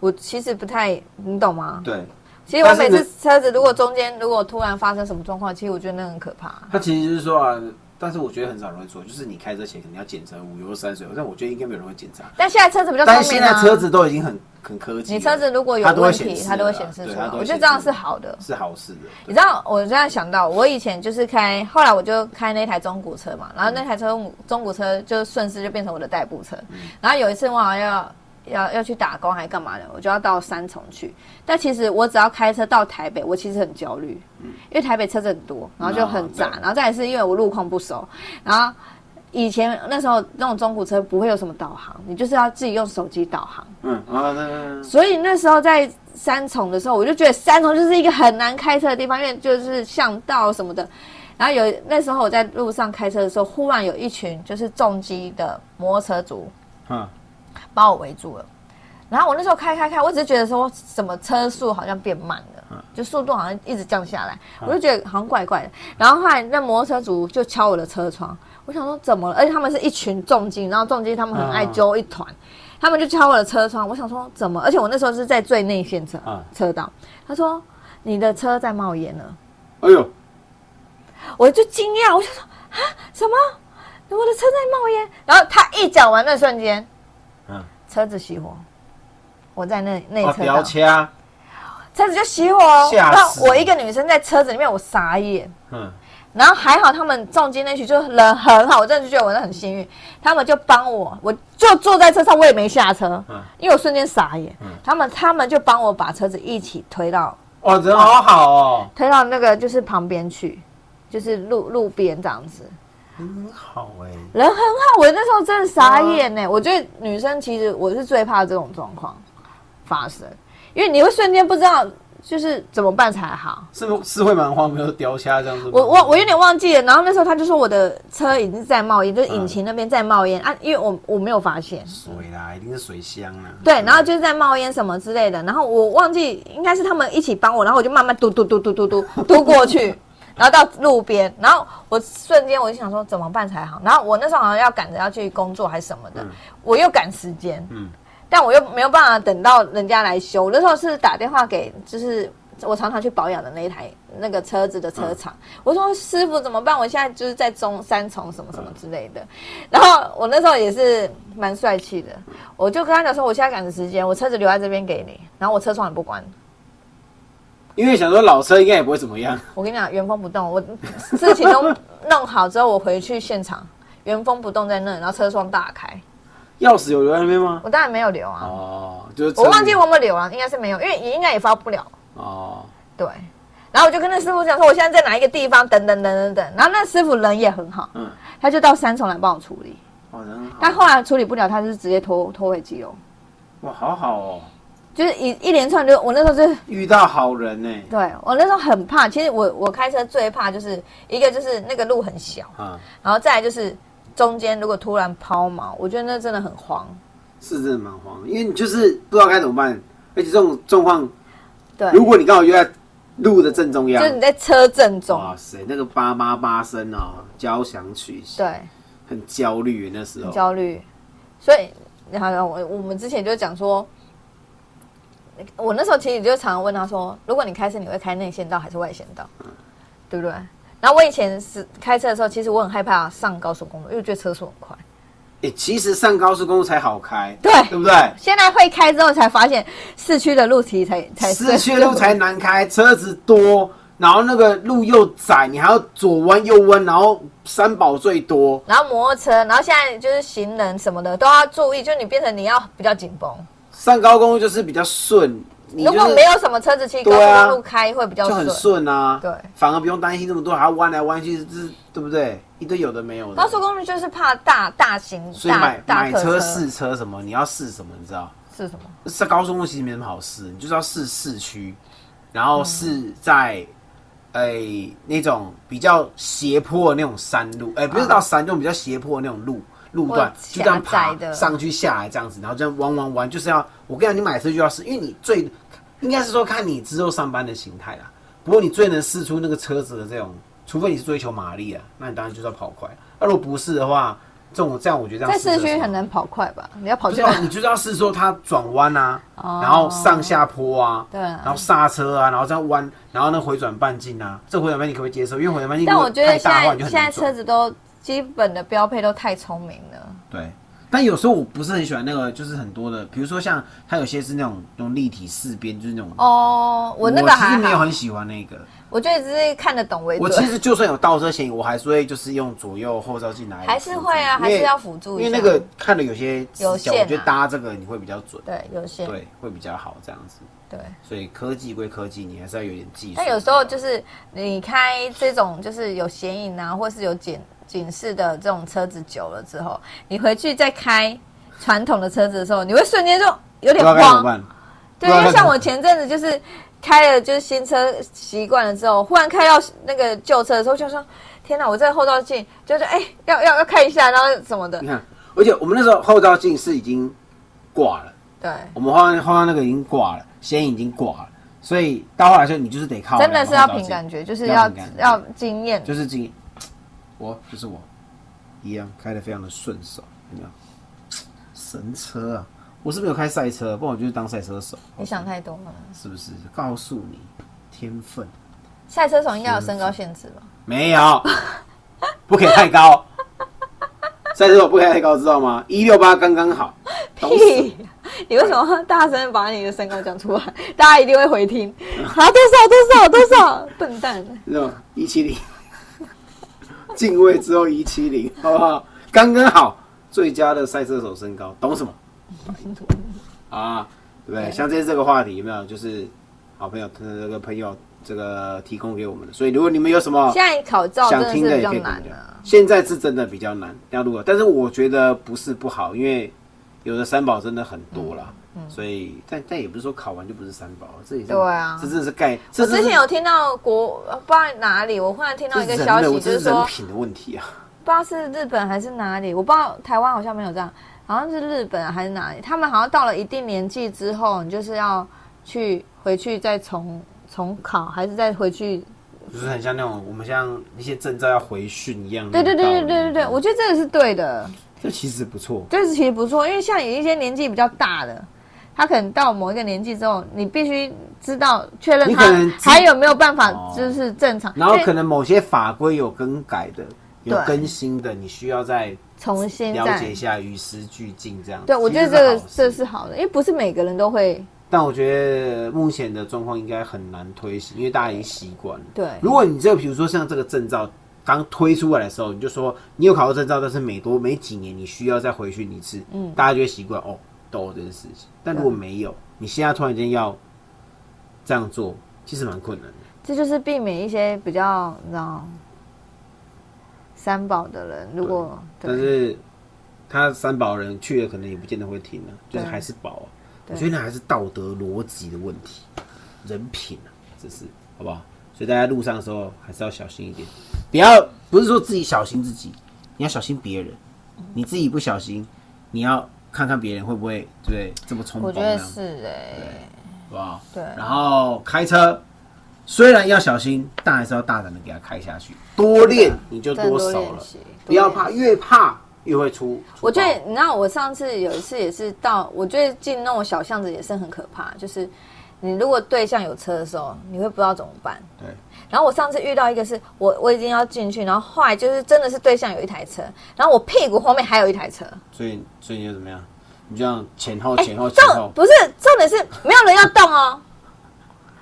D: 我其实不太，你懂吗？
C: 对，
D: 其实我
C: 但
D: 每
C: 是呢
D: 次车子如果中间如果突然发生什么状况，其实我觉得那很可怕。
C: 她其实就是说啊，但是我觉得很少人会做，就是你开车前肯定要检查五油三水，但我觉得应该没有人会检查。
D: 但现在车子比较
C: 但
D: 聪
C: 是现
D: 明
C: 在
D: 啊，
C: 车子都已经很很科技了，
D: 你车子如果有
C: 它都会
D: 问
C: 显
D: 题，
C: 示
D: 它都会
C: 的啦
D: 显示
C: 对
D: 出
C: 它
D: 来
C: 都，会
D: 我觉
C: 显
D: 得这样
C: 示
D: 是好的。
C: 是好事的。
D: 你知道，我这样想到，我以前就是开，后来我就开那台中古车嘛，然后那台车中古车就顺势就变成我的代步车。然后有一次我好像要要要去打工还干嘛的，我就要到三重去。但其实我只要开车到台北，我其实很焦虑，因为台北车子很多，然后就很杂
C: 嗯对，
D: 然后再来是因为我路况不熟，然后以前那时候那种中古车不会有什么导航，你就是要自己用手机导航。
C: 嗯啊，那那
D: 所以那时候在三重的时候，我就觉得三重就是一个很难开车的地方，因为就是巷道什么的。然后有那时候我在路上开车的时候，忽然有一群就是重机的摩托车族
C: 嗯
D: 把我围住了。然后我那时候开开开，我只是觉得说什么车速好像变慢了，就速度好像一直降下来，我就觉得好像怪怪的。然后后来那摩托车族就敲我的车窗，我想说怎么了？而且他们是一群重金，然后重金他们很爱
C: 嗯
D: 揪一团，他们就敲我的车窗，我想说怎么？而且我那时候是在最内线车
C: 嗯
D: 车道，他说你的车在冒烟了，
C: 哎呦，
D: 我就惊讶，我就说啊什么？我的车在冒烟？然后他一讲完那瞬间，
C: 嗯，
D: 车子熄火，我在那那
C: 哦，
D: 车道，
C: 标掐，
D: 车子就熄火哦。
C: 吓
D: 然
C: 死
D: 后我一个女生在车子里面，我傻眼。
C: 嗯，
D: 然后还好他们重金那群就人很好，我真的就觉得我真的很幸运，他们就帮我，我就坐在车上，我也没下车，
C: 嗯
D: 因为我瞬间傻眼。
C: 嗯
D: 他们他们就帮我把车子一起推到
C: 哇，人好好哦，
D: 推到那个就是旁边去，就是路路边这样子。
C: 很好哎，
D: 人很好，我那时候真的傻眼呢、我觉得女生其实我是最怕这种状况发生，因为你会瞬间不知道就是怎么办才好。
C: 是不是会蛮荒谬的雕虾这样子吗？
D: 我我我有点忘记了，然后那时候他就说我的车已经在冒烟，就是引擎那边在冒烟、啊，因为我我没有发现，
C: 水啦，一定是水箱啊啦。
D: 对，然后就是在冒烟什么之类的，然后我忘记应该是他们一起帮我，然后我就慢慢嘟嘟嘟嘟嘟嘟嘟过去，然后到路边，然后我瞬间我就想说怎么办才好，然后我那时候好像要赶着要去工作还是什么的，我又赶时间，
C: 嗯
D: 但我又没有办法等到人家来修，我那时候是打电话给就是。我常常去保养的那一台那个车子的车厂，我说师傅怎么办？我现在就是在中三重什么什么之类的，然后我那时候也是蛮帅气的，我就跟他讲说，我现在赶着时间，我车子留在这边给你，然后我车窗也不关。
C: 因为想说老车应该也不会怎么样，
D: 我跟你讲，原封不动，我事情都弄好之后，我回去现场原封不动在那，然后车窗大开。
C: 钥匙有留在那边吗？
D: 我当然没有留啊，
C: 哦，就是
D: 我忘记我有没有留啊，应该是没有，因为也应该也发不了。
C: 哦，
D: 对，然后我就跟那师傅讲说，啊我现在在哪一个地方，等等等等等。然后那师傅人也很好，
C: 嗯，
D: 他就到三重来帮我处理。
C: 哦，人好
D: 但后来处理不了，他就是直接拖拖回基隆。
C: 哇，好好哦，
D: 就是一一连串就我那时候就是
C: 遇到好人欸呢、
D: 对我那时候很怕，其实我我开车最怕就是一个就是那个路很小，
C: 啊，
D: 然后再来就是中间如果突然抛锚，我觉得那真的很慌。
C: 是真的蛮慌的，因为你就是不知道该怎么办，而且这种状况，
D: 对，
C: 如果你刚好就在路的正中央
D: 就是，你在车正中，
C: 哇塞，那个八八八声哦，交响曲，
D: 对，
C: 很焦虑那时
D: 很
C: 候，
D: 焦虑。所以，然后我我们之前就讲说，我那时候其实就常常问他说，如果你开车，你会开内线道还是外线道，对不对？然后我以前是开车的时候，其实我很害怕上高速公路，因为我觉得车速很快。
C: 哎、其实上高速公路才好开，
D: 对
C: 对不对？
D: 现在会开之后才发现，市区的路其实才才
C: 市区的路才难开，车子多，然后那个路又窄，你还要左弯右弯，然后三宝最多。
D: 然后摩托车，然后现在就是行人什么的都要注意，就你变成你要比较紧绷。
C: 上高公路就是比较顺，你就
D: 如果
C: 是
D: 没有什么车子，其实高
C: 对啊
D: 速公路开会比较
C: 就
D: 顺
C: 很。顺啊，
D: 对
C: 反而不用担心那么多，还要弯来弯去，是对不对？一堆有的没有的。
D: 高速公路就是怕大大型
C: 所以
D: 大
C: 买
D: 大
C: 买
D: 客
C: 车试车什么，你要试什么，你知道？
D: 是什么？
C: 在高速公路其实没什么好试，你就是要试市区，然
D: 嗯
C: 后试在诶、那种比较斜坡的那种山路，哎、不是到山，那种比较斜坡的那种路路段
D: 嗯或，
C: 就这样爬
D: 狭窄的
C: 上去下来这样子，然后这样弯弯弯，就是要我跟你讲，你买车就要试，因为你最应该是说看你之后上班的形态啦。不过你最能试出那个车子的这种，除非你是追求马力啊，那你当然就是要跑快。那如果不是的话，这种这样我觉得这
D: 在
C: 样
D: 市
C: 试车是
D: 区
C: 吗
D: 很难跑快吧？你要跑
C: 不
D: 去
C: 是
D: 哪
C: 啊，？你就是要是说它转弯啊，
D: 哦
C: 然后上下坡啊，
D: 对啊
C: 然后刹车啊，然后这样弯，然后那回转半径啊，这回转半径可不可以接受？因为回转半径
D: 但
C: 如
D: 我
C: 果
D: 觉得
C: 太
D: 现
C: 大的话，
D: 在
C: 你就
D: 现
C: 很
D: 在
C: 难
D: 车
C: 走。
D: 子都基本的标配都太聪明了。
C: 对，但有时候我不是很喜欢那个，就是很多的，比如说像它有些是那种那种立体四边，就是那种。
D: 哦，我那个
C: 其
D: 还
C: 实没有
D: 好，
C: 很喜欢那个，
D: 我觉得只是看得懂为
C: 我其
D: 准。
C: 实就算有倒车嫌疑，我还是会就是用左右后照镜来辅助，
D: 还是会啊还是
C: 因为
D: 要辅助一
C: 因为那
D: 下
C: 个看的有些
D: 有
C: 视角
D: 限
C: 我觉得
D: 啊
C: 搭这个你会比较准，
D: 对，有些
C: 对，会比较好这样子。
D: 对。
C: 所以科技归科技，你还是要有点技术。
D: 但有时候就是你开这种就是有显影啊，或是有警警示的这种车子久了之后，你回去再开传统的车子的时候，你会瞬间就有
C: 不知
D: 点
C: 道该怎么
D: 慌。
C: 办，
D: 对，
C: 不知道
D: 因为
C: 该
D: 像
C: 怎么
D: 我前阵子就是开了就是新车习惯了之后，忽然开到那个旧车的时候，就说天哪，我这个后照镜就是哎、要要要看一下，然后什么的
C: 你。看，而且我们那时候后照镜是已经挂了，
D: 对，
C: 我们后来后来那个已经挂了，显影已经挂了，所以到后来就你就是得靠
D: 真的是要凭
C: 平
D: 感
C: 感，
D: 觉，就是
C: 要
D: 要
C: 凭感觉
D: 要经验。
C: 就是今我就是我一样开的非常的顺手，有没有？神车啊！我是没有开赛车，不然我就是当赛车手，
D: 你想太多了，
C: 是不是？告诉你，天分
D: 赛车手应该有身高限制吧？
C: 没有，不可以太高。赛车手不可以太高，知道吗？一六八刚刚好。懂死
D: 屁！ 你为什么大声把你的身高讲出来？ 大家一定会回听。
C: 嗯
D: 啊，多少多少多少， 笨蛋！
C: 那种一七零，进位之后一七零，好不好？刚刚好，最佳的赛车手身高，懂什么？拜托啊，对不对？像这次这个话题有没有？就是好朋友，这个朋友这个提供给我们的，所以如果你们有什么
D: 现在考照真
C: 想
D: 的
C: 听
D: 是
C: 的
D: 比
C: 也
D: 较
C: 可以跟我
D: 难
C: 们讲
D: 啊。。
C: 现在是真的比较难要录了，但是我觉得不是不好，因为有的三宝真的很多啦，所以但但也不是说考完就不是三宝，这也是
D: 嗯对啊
C: 这真的是概。这
D: 我
C: 真的
D: 之
C: 是
D: 前有听到国呃不知道哪里，我忽然听到一个
C: 这
D: 消
C: 人的
D: 息，
C: 这
D: 就是
C: 是人
D: 说
C: 品的问题啊。
D: 不知道是日本还是哪里，我不知道台湾好像没有这样，好像是日本还是哪里，他们好像到了一定年纪之后，你就是要去回去再重重考，还是再回去？
C: 就是很像那种我们像一些证照要回训一样。
D: 对对对对对对对，我觉得这个是对的。
C: 这其实不错。
D: 这其实不错，因为像有一些年纪比较大的，他可能到某一个年纪之后，你必须知道确认
C: 你
D: 他
C: 可能知
D: 还有没有办法
C: 哦，
D: 就是正常，
C: 然后
D: 因为
C: 可能某些法规有更改的、有
D: 对
C: 更新的，你需要再
D: 重新
C: 了解
D: 再
C: 一。下，与时俱进这样。
D: 对，我
C: 其
D: 觉
C: 实
D: 得这个
C: 是好事
D: 这是好的，因为不是每个人都会
C: 但我觉得目前的状况应该很难推行，因为大家已经习惯了。
D: 对
C: 如果你这个，比如说像这个证照刚推出来的时候，你就说你有考过证照，但是每多每几年你需要再回训一次，嗯，大家就会习惯哦，都有这件事情。但如果没有，你现在突然间要这样做，其实蛮困难的。
D: 这就是避免一些比较你知道三宝的人，如果
C: 但是他三宝人去了，可能也不见得会停了、就是还是宝啊、我觉得那还是道德逻辑的问题，人品啊，这是好不好？所以大家路上的时候还是要小心一点，不要不是说自己小心自己，你要小心别人，你自己不小心，你要看看别人会不会对不对这么冲动啊
D: 我
C: 这
D: 觉
C: 样，
D: 得是哎、
C: 好不好？
D: 对
C: 然后开车虽然要小心，但还是要大胆的给它开下去，多练你就
D: 啊再
C: 多
D: 多
C: 手
D: 练
C: 了
D: 习，
C: 不要
D: 多练
C: 怕，越怕越会出。出
D: 我觉
C: 包
D: 得，你知道，我上次有一次也是到，我觉得进那种小巷子也是很可怕。就是你如果对象有车的时候，你会不知道怎么办。
C: 对。
D: 然后我上次遇到一个是我我已经要进去，然后后来就是真的是对象有一台车，然后我屁股后面还有一台车，
C: 所以所以你就怎么样？你就这样前后
D: 哎
C: 前后前
D: 重
C: 后，
D: 不是重点是没有人要动哦。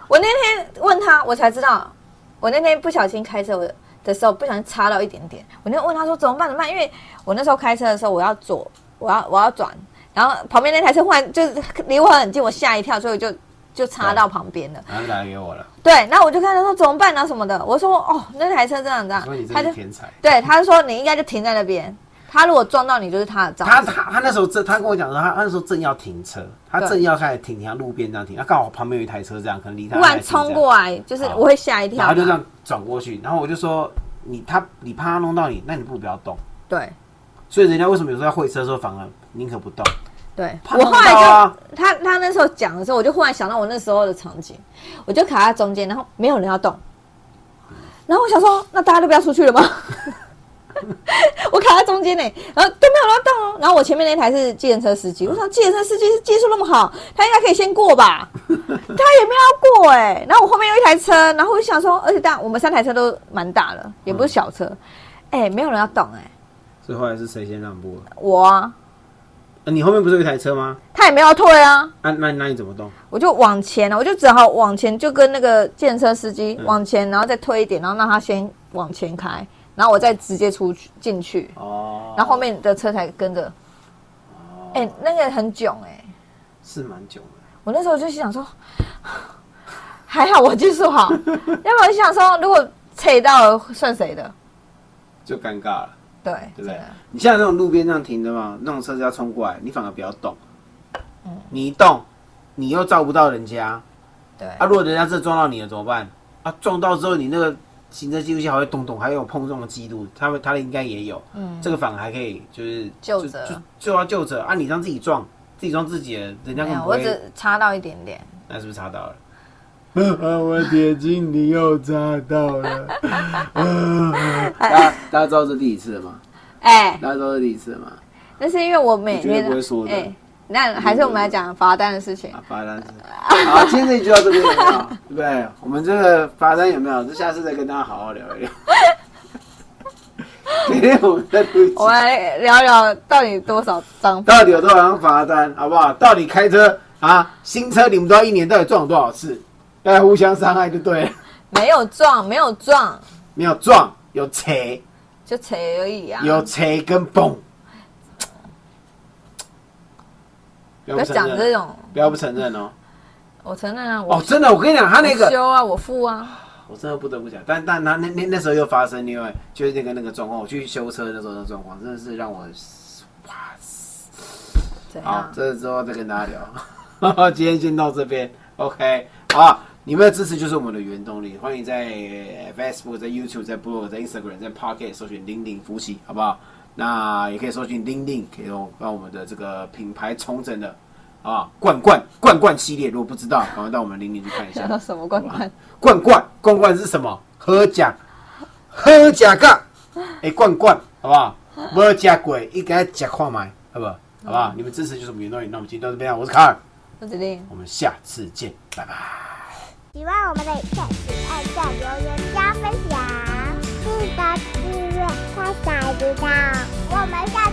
D: 我那天问他，我才知道，我那天不小心开车我的时候不小心擦到一点点。我那天问他说怎么办怎么办？因为我那时候开车的时候我要左，我要我要转，然后旁边那台车忽然就是离我很近，我吓一跳，所以我就就擦到旁边了。
C: 然后就来约我了。
D: 对，然后我就跟他说怎么办啊什么的。我说哦，那台车这样这样
C: 所以你，
D: 他
C: 真
D: 就是
C: 天才。
D: 对他说你应该就停在那边，他如果撞到你就是他的招。
C: 他他他那时候正，他跟我讲说，他他那时候正要停车，他
D: 对
C: 正要开始停，停到路边这样停，他啊刚好旁边有一台车这样，可能离他
D: 忽然冲过来，就是
C: 好
D: 我会吓一
C: 来，
D: 跳
C: 然
D: 嘛。
C: 后就这样转过去，然后我就说你他你怕他弄到你，那你不如不要动。
D: 对
C: 所以人家为什么有时候在会车的时候反而宁可不动？
D: 对，
C: 怕
D: 我
C: 弄
D: 后
C: 到
D: 来就
C: 啊，
D: 他他那时候讲的时候，我就忽然想到我那时候的场景，我就卡在中间，然后没有人要动，然后我想说，那大家都不要出去了吗？ 我卡在中间呢、然后都没有人要动哦。然后我前面那台是计程车司机，我想计程车司机是技术那么好，他应该可以先 过吧？他也没有要过哎、然后我后面有一台车，然后我就想说，而且大我们三台车都蛮大的，也不是小车，
C: 嗯
D: 哎、没有人要动哎、
C: 所以后来是谁先让步了？
D: 我啊，
C: 呃你后面不是有一台车吗？
D: 他也没有要退啊。
C: 啊，那那你怎么动？
D: 我就往前哦了，我就只好往前，就跟那个建车司
C: 嗯
D: 机往前，然后再推一点，然后让他先往前开，然后我再直接出去进去，
C: 哦，
D: 然后后面的车才跟着。哎、那个很囧哎、
C: 是蛮久的，
D: 我那时候就想说， 还好我技术 好，要不然我就想说，如果踩到了算谁的？
C: 就尴尬了。
D: 对，
C: 对不对
D: 真的？
C: 你像那种路边这样停的嘛，那种车子要冲过来，你反而不要动。
D: 嗯
C: 你一动，你又照不到人家
D: 对
C: 啊。如果人家真的撞到你了怎么办？啊，撞到之后你那个行车记录器还会动动，还有碰撞的记录，他们他应该也有。嗯，这个反而还可以就是
D: 救
C: 就
D: 责
C: 就就要救责啊！你让自己撞，自己撞自己的，人家
D: 没
C: 根本
D: 有，
C: 不
D: 我
C: 会。
D: 只插到一点点。
C: 那是不是查到了？啊，我眼睛你又查到了。 大家大家知道这第几次了吗？
D: 哎、
C: 大家知道这第几次了吗？
D: 那是因为我每
C: 我觉得
D: 天
C: 不会说的
D: 哎、那还是我们来讲罚单的事情。
C: 啊，罚单是。 好，今天这一集就到这边了，有没有对不对？我们这个罚单有没有？这下次再跟大家好好聊 一聊。 今天我们再录一集
D: 我们来聊聊到底多少张？
C: 到底有多少张罚单，好不好？到底开车啊，新车你们都要一年到底撞了多少次？大家互相伤害就对了，
D: 没有撞，没有撞，
C: 没有撞，有扯，
D: 就扯而已啊。
C: 有扯跟蹦。不
D: 不
C: 不
D: 要
C: 承
D: 讲
C: 认，
D: 这种，
C: 不要不承认哦。
D: 我承认啊，我
C: 哦，真的，我跟你讲，他那个
D: 我修啊，我付啊，
C: 我真的不得不讲，但但他那那那时候又发生另外就是那个那个状况，我去修车那时候的状况，真的是让我哇塞！
D: 怎
C: 好
D: 样，？
C: 这之后再跟大家聊， 今天先到这边，OK，好，你们的支持就是我们的原动力，欢迎在呃 Facebook、在 YouTube、在 Blog、在 Instagram、在 Pocket 搜寻“零零夫妻”，好不好？那也可以搜寻“零零”，可以用让我们的这个品牌重整的啊罐罐罐罐系列，如果不知道，赶快到我们零零去看一下
D: 想。到什么罐 罐？
C: 罐罐罐罐是什么？喝甲，喝甲杠，哎、罐罐，好不好？没加鬼，应该加矿买，好不好？好不好？你们支持就是我们原动力。那我们今天到这边啊，我是卡尔，
D: 我指定。
C: 我们下次见，拜拜。
A: 喜欢我们的影片，请按赞、留言、加分享，记得订阅，快才知道我们下